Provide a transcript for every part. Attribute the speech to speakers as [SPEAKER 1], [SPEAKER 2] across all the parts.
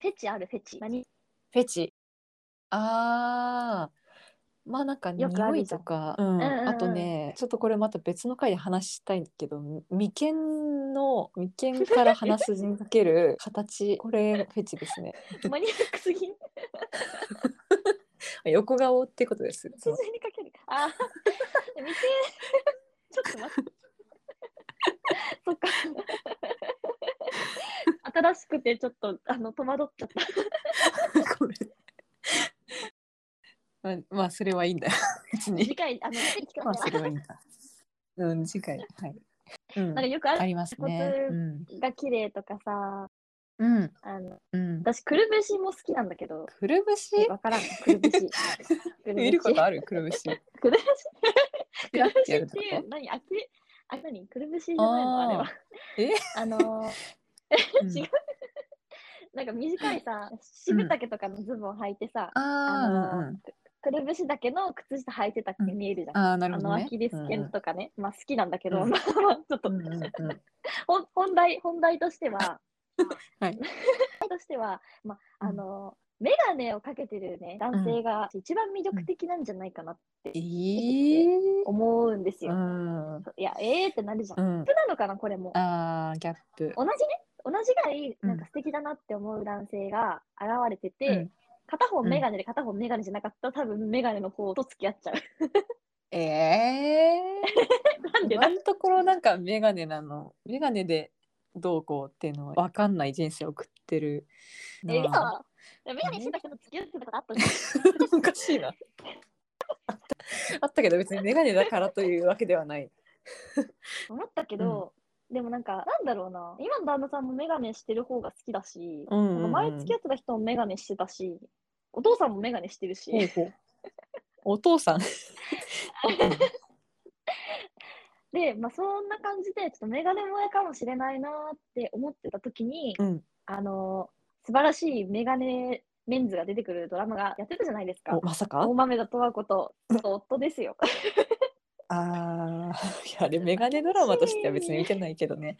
[SPEAKER 1] フェチあるフェチ。何
[SPEAKER 2] フェチ。ああ。まあなんか
[SPEAKER 1] よくあ
[SPEAKER 2] 匂
[SPEAKER 1] る
[SPEAKER 2] い
[SPEAKER 1] じゃん
[SPEAKER 2] とか、うん
[SPEAKER 1] うんうんうん
[SPEAKER 2] あとねちょっとこれまた別の回で話したいんだけど眉間の眉間から鼻筋にかける形 これフェチですね
[SPEAKER 1] マニアックすぎん。
[SPEAKER 2] 横顔ってこと です
[SPEAKER 1] 自然にかける。あー、見て。ちょっと待って。 そっか。新しくてちょっとあの戸惑っちゃった。
[SPEAKER 2] これ まあまあそれはいい んだよ別
[SPEAKER 1] 次
[SPEAKER 2] に
[SPEAKER 1] 回あのぜひ聞
[SPEAKER 2] ま
[SPEAKER 1] か
[SPEAKER 2] あ
[SPEAKER 1] せて
[SPEAKER 2] それはいいんだ うん次回はい、うん
[SPEAKER 1] なんかよくあ
[SPEAKER 2] あ
[SPEAKER 1] る
[SPEAKER 2] りますねうん
[SPEAKER 1] が綺麗とかさ、
[SPEAKER 2] うん
[SPEAKER 1] あの
[SPEAKER 2] うん
[SPEAKER 1] 私くるぶしも好きなんだけど。
[SPEAKER 2] くるぶし
[SPEAKER 1] わからん。くるぶ し。くるぶし
[SPEAKER 2] 見ることあるくるぶし
[SPEAKER 1] くるぶし。く
[SPEAKER 2] ピラ
[SPEAKER 1] る
[SPEAKER 2] ッ
[SPEAKER 1] ぶ
[SPEAKER 2] て
[SPEAKER 1] し
[SPEAKER 2] や
[SPEAKER 1] っ
[SPEAKER 2] るって
[SPEAKER 1] て
[SPEAKER 2] こ
[SPEAKER 1] い
[SPEAKER 2] と
[SPEAKER 1] う何あきあ何くるぶしじゃないのあれは。
[SPEAKER 2] ーえ
[SPEAKER 1] あのー
[SPEAKER 2] うん
[SPEAKER 1] 違う なんか短いさ、渋丈とかのズボン履いてさ、あ
[SPEAKER 2] あー
[SPEAKER 1] の
[SPEAKER 2] うんうん
[SPEAKER 1] くるぶしだけの靴下履いてたっけ
[SPEAKER 2] うん
[SPEAKER 1] 見えるじゃん。
[SPEAKER 2] あーなる
[SPEAKER 1] あ
[SPEAKER 2] ほ
[SPEAKER 1] の
[SPEAKER 2] ど
[SPEAKER 1] ア
[SPEAKER 2] ね。
[SPEAKER 1] キレス腱とかね、まあ好きなんだけど、
[SPEAKER 2] うん
[SPEAKER 1] まあまあちょっと、
[SPEAKER 2] うんうんうんうん
[SPEAKER 1] ほん本題本題と しては、
[SPEAKER 2] はい
[SPEAKER 1] 本題としては、まあ
[SPEAKER 2] うん
[SPEAKER 1] あのメガネをかけてるね男性が一番魅力的なんじゃないかなって
[SPEAKER 2] えー
[SPEAKER 1] 思うんです
[SPEAKER 2] う
[SPEAKER 1] よ。
[SPEAKER 2] ん
[SPEAKER 1] いやえーってなるじゃん。
[SPEAKER 2] う
[SPEAKER 1] ギ
[SPEAKER 2] ん
[SPEAKER 1] ャップなのかなこれも。
[SPEAKER 2] あーギャップ
[SPEAKER 1] 同じね同じぐらい
[SPEAKER 2] うん
[SPEAKER 1] なんか素敵だなって思う男性が現れてて、
[SPEAKER 2] うん
[SPEAKER 1] 片方メガネで片方メガネじゃなかったら多分メガネの方と付き合っちゃう。
[SPEAKER 2] え
[SPEAKER 1] なん
[SPEAKER 2] ー
[SPEAKER 1] でな
[SPEAKER 2] 今
[SPEAKER 1] ん
[SPEAKER 2] のところなんかメガネなのメガネでどうこうっていうのは分かんない人生を送ってるな
[SPEAKER 1] でさメガネしてた人と付き合ってたことあったじゃん。
[SPEAKER 2] おかしいなあったあったけど別にメガネだからというわけではない
[SPEAKER 1] 思ったけど、でもなんかなんだろうな今の旦那さんもメガネしてる方が好きだし、
[SPEAKER 2] うんうんうん
[SPEAKER 1] なんか前付き合ってた人もメガネしてたしお父さんもメガネしてるし、
[SPEAKER 2] お父 さん
[SPEAKER 1] で、まあ、そんな感じでちょっとメガネ萌えかもしれないなーって思ってた時に、
[SPEAKER 2] うん
[SPEAKER 1] あのー素晴らしいメガネメンズが出てくるドラマがやってたじゃないですか
[SPEAKER 2] お。まさか
[SPEAKER 1] 大豆田十和子と夫ですよ。
[SPEAKER 2] あーい やあれメガネドラマとしては別に見てないけどね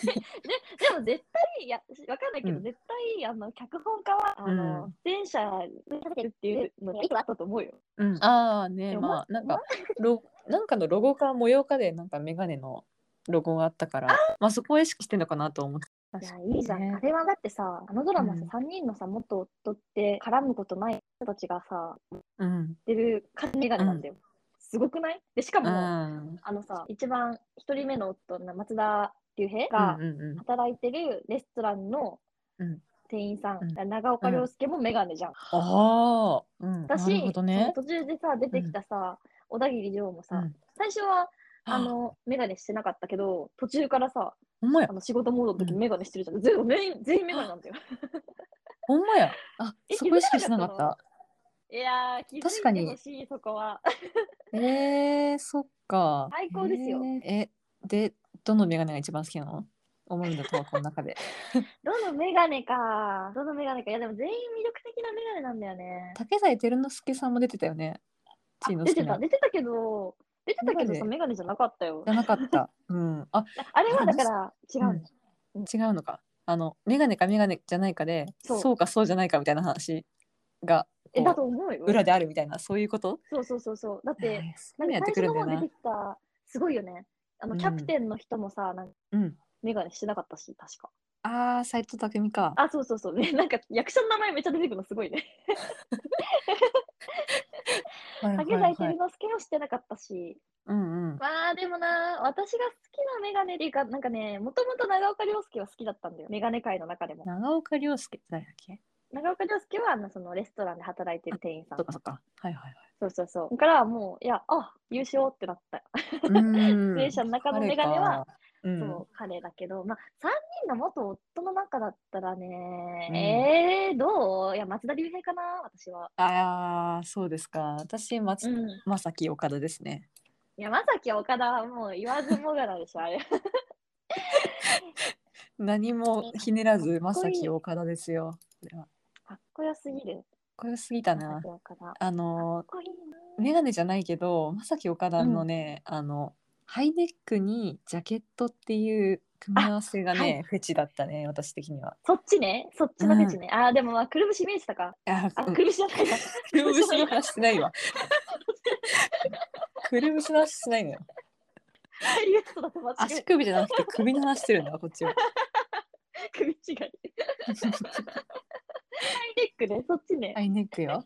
[SPEAKER 1] でも絶対いやわかんないけど、
[SPEAKER 2] うん
[SPEAKER 1] 絶対あの脚本家はあの、
[SPEAKER 2] う
[SPEAKER 1] 出演者に立てるっていうのがいくらあったと思うよ。
[SPEAKER 2] うん、ああね
[SPEAKER 1] でも
[SPEAKER 2] まあなんかロなんかのロゴか模様かでなんかメガネのロゴがあったからまあそこを意識してんのかなと思って
[SPEAKER 1] いやいいじゃん、
[SPEAKER 2] ね
[SPEAKER 1] あれはだってさあのドラマさ、
[SPEAKER 2] うん
[SPEAKER 1] 3人のさ元夫って絡むことない人たちがさ
[SPEAKER 2] うん
[SPEAKER 1] 出る金メガネなんだよ、すごくないでしか
[SPEAKER 2] う
[SPEAKER 1] も、
[SPEAKER 2] ん
[SPEAKER 1] あのさ一番1人目の夫の松田龍平
[SPEAKER 2] うん
[SPEAKER 1] が
[SPEAKER 2] うん
[SPEAKER 1] 働いてるレストランの
[SPEAKER 2] うん
[SPEAKER 1] 店員さん、
[SPEAKER 2] うん
[SPEAKER 1] 長岡亮介もメガネじゃん、
[SPEAKER 2] ああ、うん、
[SPEAKER 1] だ
[SPEAKER 2] な
[SPEAKER 1] し、
[SPEAKER 2] るほどね
[SPEAKER 1] その途中でさ出てきたさ、小田切丈もさ、
[SPEAKER 2] うん
[SPEAKER 1] 最初はあのメガネしてなかったけど途中からさ
[SPEAKER 2] ほんまや
[SPEAKER 1] あの仕事モードの時
[SPEAKER 2] うん
[SPEAKER 1] メガネしてるじゃん、全部全員全員メガネなんだよ
[SPEAKER 2] ほんまやあ
[SPEAKER 1] え
[SPEAKER 2] そこ意識してなかっ
[SPEAKER 1] 気づかな
[SPEAKER 2] た
[SPEAKER 1] いやー、気
[SPEAKER 2] 確か
[SPEAKER 1] づい
[SPEAKER 2] に
[SPEAKER 1] てほしい、そこは。
[SPEAKER 2] えー、そっか
[SPEAKER 1] 最高ですよ
[SPEAKER 2] えーえでどのメガネが一番好きなの思うんだとはこの中で
[SPEAKER 1] どのメガネか、どのメガネか、いや、でも全員魅力的なメガネなんだよね。
[SPEAKER 2] 竹財照之助さんも出てたよね
[SPEAKER 1] あ
[SPEAKER 2] ちいの
[SPEAKER 1] 出
[SPEAKER 2] 好き
[SPEAKER 1] てた、
[SPEAKER 2] な
[SPEAKER 1] 出てたけど、出てたけどさ、
[SPEAKER 2] メ
[SPEAKER 1] メガネじゃなかったよ
[SPEAKER 2] じ。ゃなかったうんあ
[SPEAKER 1] あれはだから違う
[SPEAKER 2] うん
[SPEAKER 1] だ。
[SPEAKER 2] 違うのかあの眼鏡か眼鏡じゃないかで
[SPEAKER 1] そ
[SPEAKER 2] そううかそうじゃないかみたいな話が
[SPEAKER 1] え、
[SPEAKER 2] こう
[SPEAKER 1] だと思うよ。
[SPEAKER 2] 裏であるみたいなそういうこと
[SPEAKER 1] そうそうそうそう。だって、
[SPEAKER 2] えーそう
[SPEAKER 1] な
[SPEAKER 2] いうのや
[SPEAKER 1] ん
[SPEAKER 2] って
[SPEAKER 1] か最
[SPEAKER 2] くる
[SPEAKER 1] 初
[SPEAKER 2] んだ
[SPEAKER 1] の方出
[SPEAKER 2] よな
[SPEAKER 1] てきた、すごいよね。あの、
[SPEAKER 2] うん
[SPEAKER 1] キャプテンの人もさ、なんか
[SPEAKER 2] うん
[SPEAKER 1] メガネしてなかったし、確か。
[SPEAKER 2] あー斎藤匠か
[SPEAKER 1] あ、そうそうそう。 ね、なんか役者の名前めっちゃ出てくるのすごいね。
[SPEAKER 2] はいはい
[SPEAKER 1] 竹
[SPEAKER 2] は
[SPEAKER 1] 財
[SPEAKER 2] い
[SPEAKER 1] 照之助もしてなかったし。
[SPEAKER 2] うんうん
[SPEAKER 1] まあでもな、私が好きなメガネっていうか、なんかね、もともと長岡亮介は好きだったんだよ。メガネ界の中でも。
[SPEAKER 2] 長岡亮介誰だっけ
[SPEAKER 1] 長岡亮介はあのそのレストランで働いてる店員さん
[SPEAKER 2] そっ。かそっかはいはい
[SPEAKER 1] そうそうそう。だからもう、いや、あ優勝ってなった。
[SPEAKER 2] はいうん
[SPEAKER 1] 出演者の中のメガネは、
[SPEAKER 2] 彼か
[SPEAKER 1] そう、彼だけど、まあ、3人の元夫の中だったらね、
[SPEAKER 2] うん
[SPEAKER 1] えー、どういや、松田龍平かな、私は。
[SPEAKER 2] うん、ああそうですか私
[SPEAKER 1] う
[SPEAKER 2] 松
[SPEAKER 1] ん。
[SPEAKER 2] 正樹岡田ですね
[SPEAKER 1] 山崎岡田はもう言わずもがなでしょ、あれ。
[SPEAKER 2] 何もひねらず正
[SPEAKER 1] かっこいい
[SPEAKER 2] 樹岡田ですよこれは
[SPEAKER 1] か
[SPEAKER 2] かっ
[SPEAKER 1] っこよすぎる。
[SPEAKER 2] こよすぎた
[SPEAKER 1] 山
[SPEAKER 2] な
[SPEAKER 1] 崎岡田。か
[SPEAKER 2] あのー
[SPEAKER 1] っこいいな。
[SPEAKER 2] メガネじゃないけどまさき岡田のね、あのハイネックにジャケットっていう組み合わせがね、
[SPEAKER 1] はい
[SPEAKER 2] フェチだったね私的には。
[SPEAKER 1] そっちね、そっちのフェチね。ああ、でもまあ、くるぶしイメージだか。
[SPEAKER 2] あ
[SPEAKER 1] あ、
[SPEAKER 2] う
[SPEAKER 1] く
[SPEAKER 2] ん
[SPEAKER 1] るぶしじゃない か。
[SPEAKER 2] くるぶしの話してな いわ。くるぶしの話してないのよ。
[SPEAKER 1] 言うとだと間違え
[SPEAKER 2] 足首じゃなくて首の話してるんだこっち は。
[SPEAKER 1] た首違い。ハイネックね、そっちね
[SPEAKER 2] ア。イネックよ。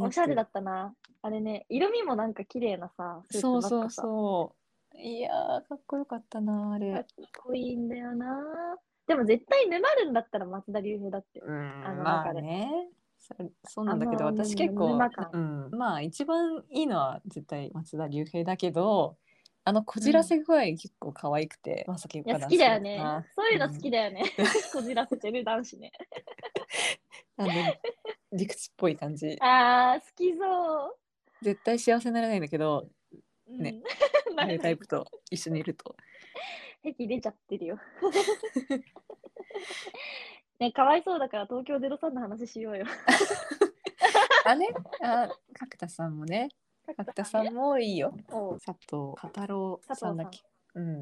[SPEAKER 1] おしゃれだ
[SPEAKER 2] っ
[SPEAKER 1] ったな。あれね、色味もなんか綺麗なさ、スーツ
[SPEAKER 2] そう
[SPEAKER 1] ば
[SPEAKER 2] そ
[SPEAKER 1] っ
[SPEAKER 2] う
[SPEAKER 1] かさ
[SPEAKER 2] そう。いやーかっこよかったなあ
[SPEAKER 1] かっ
[SPEAKER 2] れ。
[SPEAKER 1] こいいんだよな。でも絶対沼るんだったら松田龍平だって。
[SPEAKER 2] うん
[SPEAKER 1] あの
[SPEAKER 2] まあ
[SPEAKER 1] 中で
[SPEAKER 2] ね。そそうなんだけど
[SPEAKER 1] あの
[SPEAKER 2] 私結構、
[SPEAKER 1] 沼感
[SPEAKER 2] うん、まあ一番いいのは絶対松田龍平だけどあのこじらせ具合結構可愛くて、まさき
[SPEAKER 1] いや、好きだよね。そういうの好きだよね。 こじらせてる男子ね。
[SPEAKER 2] あの理屈っぽい感じ
[SPEAKER 1] ああ、好きそう。
[SPEAKER 2] 絶対幸せになれないんだけど ね
[SPEAKER 1] うん。
[SPEAKER 2] ああいうタイプと一緒にいると
[SPEAKER 1] 癖出ちゃってるよ。 ね、かわいそうだから東京03の話しようよ。
[SPEAKER 2] あねあ角田さんもね角田さんもいいよ佐藤片郎さんだっけうんう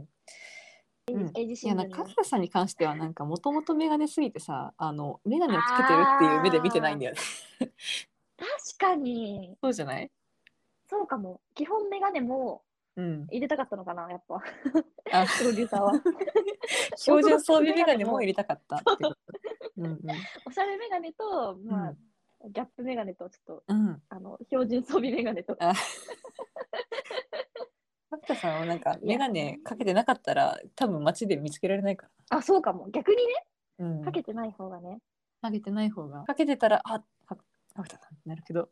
[SPEAKER 2] ん
[SPEAKER 1] 英字
[SPEAKER 2] い
[SPEAKER 1] 新
[SPEAKER 2] や
[SPEAKER 1] 聞
[SPEAKER 2] な
[SPEAKER 1] の
[SPEAKER 2] んか角田さんに関してはなんかもともと眼鏡すぎてさあの眼鏡をつけてるっていう目で見てないんだよね
[SPEAKER 1] 確かに、
[SPEAKER 2] そうじゃない
[SPEAKER 1] そうかも。基本メガネも
[SPEAKER 2] うん
[SPEAKER 1] 入れたかったのかな、やっぱ。
[SPEAKER 2] あ
[SPEAKER 1] プロデューサー は。
[SPEAKER 2] 標準装備眼鏡も入れたかったってことうんうん
[SPEAKER 1] おしゃれメガネと、まあ、ギャップメガネと、ちょっと、
[SPEAKER 2] うん
[SPEAKER 1] あの、標準装備メガネと。
[SPEAKER 2] あ角田さんはなんか眼鏡かけてなかったら多分街で見つけられないか
[SPEAKER 1] あ、そうかも。逆にね、
[SPEAKER 2] ら、うん、
[SPEAKER 1] かけてない方がね。
[SPEAKER 2] かけてない方がかけてたらあか角田さんってなるけど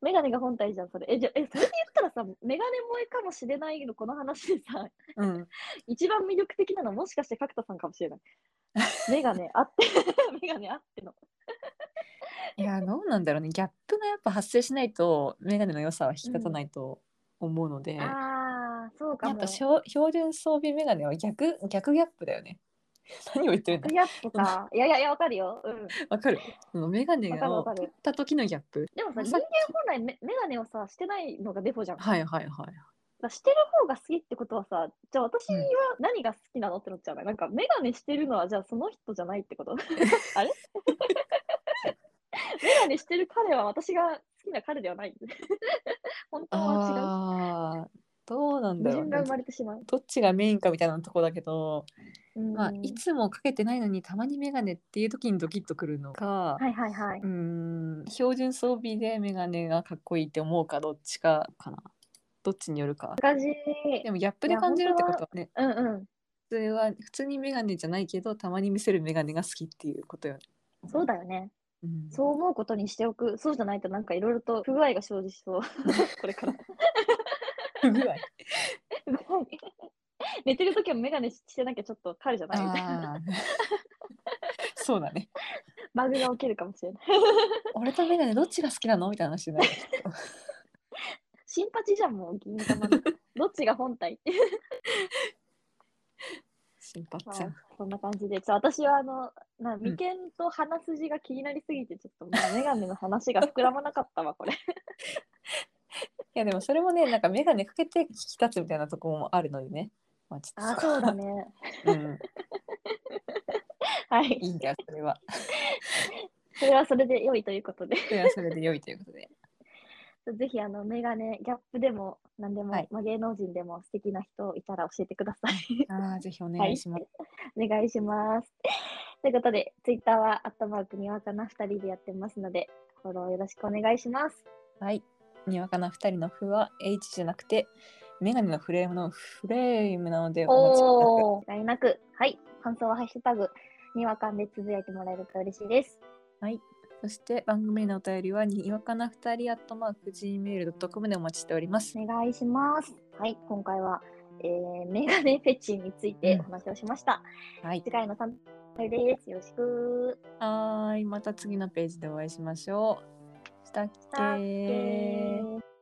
[SPEAKER 1] メガネが本体じゃん、それ。え、じゃ、え、それで言ったらさ、メガネ萌えかもしれないの、この話でさ、
[SPEAKER 2] うん
[SPEAKER 1] 一番魅力的なのもしかして角田さんかもしれ ない。メガネあって、 メガネあっての。
[SPEAKER 2] いやどうなんだろうねギャップがやっぱ発生しないと眼鏡の良さは引き立たないと思うので、や
[SPEAKER 1] ああ、そうか
[SPEAKER 2] っ
[SPEAKER 1] も。
[SPEAKER 2] ぱしょ標準装備眼鏡は逆逆ギャップだよね何を言ってるんだ
[SPEAKER 1] やっぱか。いやいやいや、わかるよ。うん。
[SPEAKER 2] わかるその眼鏡
[SPEAKER 1] わかる
[SPEAKER 2] を
[SPEAKER 1] わか
[SPEAKER 2] 取
[SPEAKER 1] る
[SPEAKER 2] った時のギャップ
[SPEAKER 1] でもさ、
[SPEAKER 2] ま
[SPEAKER 1] 人
[SPEAKER 2] さ
[SPEAKER 1] 間本来メメガネをさ、してないのがデフォじゃん。
[SPEAKER 2] はいはいはい
[SPEAKER 1] だしてる方が好きってことはさ、じゃあ私は何が好きなのってなっちゃうね。なんか、メガネしてるのは、じゃあその人じゃないってこと あれ メガネしてる彼は私が好きな彼ではない。 本当は
[SPEAKER 2] ああー どうな
[SPEAKER 1] 違
[SPEAKER 2] ん
[SPEAKER 1] う。矛盾が
[SPEAKER 2] だろうね
[SPEAKER 1] 生まれてしまう。
[SPEAKER 2] どっちがメインかみたいなとこだけど、
[SPEAKER 1] うん
[SPEAKER 2] まあ、いつもかけてないのにたまに眼鏡っていう時にドキッとくるのか、。
[SPEAKER 1] はいはいはいう
[SPEAKER 2] ん標準装備で眼鏡がかっこいいって思うかどっちかかなどっちによるか
[SPEAKER 1] 難しい。
[SPEAKER 2] でもギャップで感じるってことはね
[SPEAKER 1] うんうん。
[SPEAKER 2] 普通は普通に眼鏡じゃないけどたまに見せる眼鏡が好きっていうことよね、
[SPEAKER 1] そうだよね。
[SPEAKER 2] うん
[SPEAKER 1] そう思うことにしておく。そうじゃないとなんかいろいろと不具合が生じ そう。これから。
[SPEAKER 2] 不具合
[SPEAKER 1] 寝てる時はメガネしてなきゃちょっと彼じゃないみたい な。
[SPEAKER 2] あーそうだね
[SPEAKER 1] バグが起きるかもしれない。
[SPEAKER 2] 俺と眼鏡どっちが好きなのみたいな話になる
[SPEAKER 1] シンパチじゃん、もう銀玉 の。どっちが本体って。
[SPEAKER 2] 心配
[SPEAKER 1] ま
[SPEAKER 2] ちゃ
[SPEAKER 1] あ
[SPEAKER 2] ん、
[SPEAKER 1] そんな感じで。ちょ私はあの、な眉間と鼻筋が気になりすぎて、ちょっともうメガネの話が膨らまなかったわ、これ。
[SPEAKER 2] いやでもそれもねなんか眼鏡かけて引き立つみたいなところもあるのでね、まあ、ちょっ
[SPEAKER 1] あ、
[SPEAKER 2] と
[SPEAKER 1] そうだね。
[SPEAKER 2] そこは うん、
[SPEAKER 1] はい。
[SPEAKER 2] いいんだよそれは
[SPEAKER 1] それはそれで良いということで。
[SPEAKER 2] それはそれで良いということで
[SPEAKER 1] ぜひあのメガネギャップでも何でも、
[SPEAKER 2] はい
[SPEAKER 1] まあ、芸能人でも素敵な人いたら教えてください。
[SPEAKER 2] あーぜひお願いします、
[SPEAKER 1] お願いします。ということで、ツイッターはアットマークにわかな2人でやってますので、フォローよろしくお願いします。
[SPEAKER 2] はい。にわかな二人のふは H じゃなくて、メガネのフレームのフレームなのでお間
[SPEAKER 1] おー、違
[SPEAKER 2] 違いなく
[SPEAKER 1] いなく、はい、感想はハッシュタグにわかんでつぶやいてもらえると嬉しいです。
[SPEAKER 2] そして番組へのお便りは、にわかな二人アットマーク Gmail.com でお待ちしております。
[SPEAKER 1] お願いします。はい、今回は、えー、メガネフェチについてお話をしました。
[SPEAKER 2] はい
[SPEAKER 1] 次。回の3回です。よろしく。
[SPEAKER 2] はーい。また次のページでお会いしましょう。したっけ
[SPEAKER 1] さて
[SPEAKER 2] ー。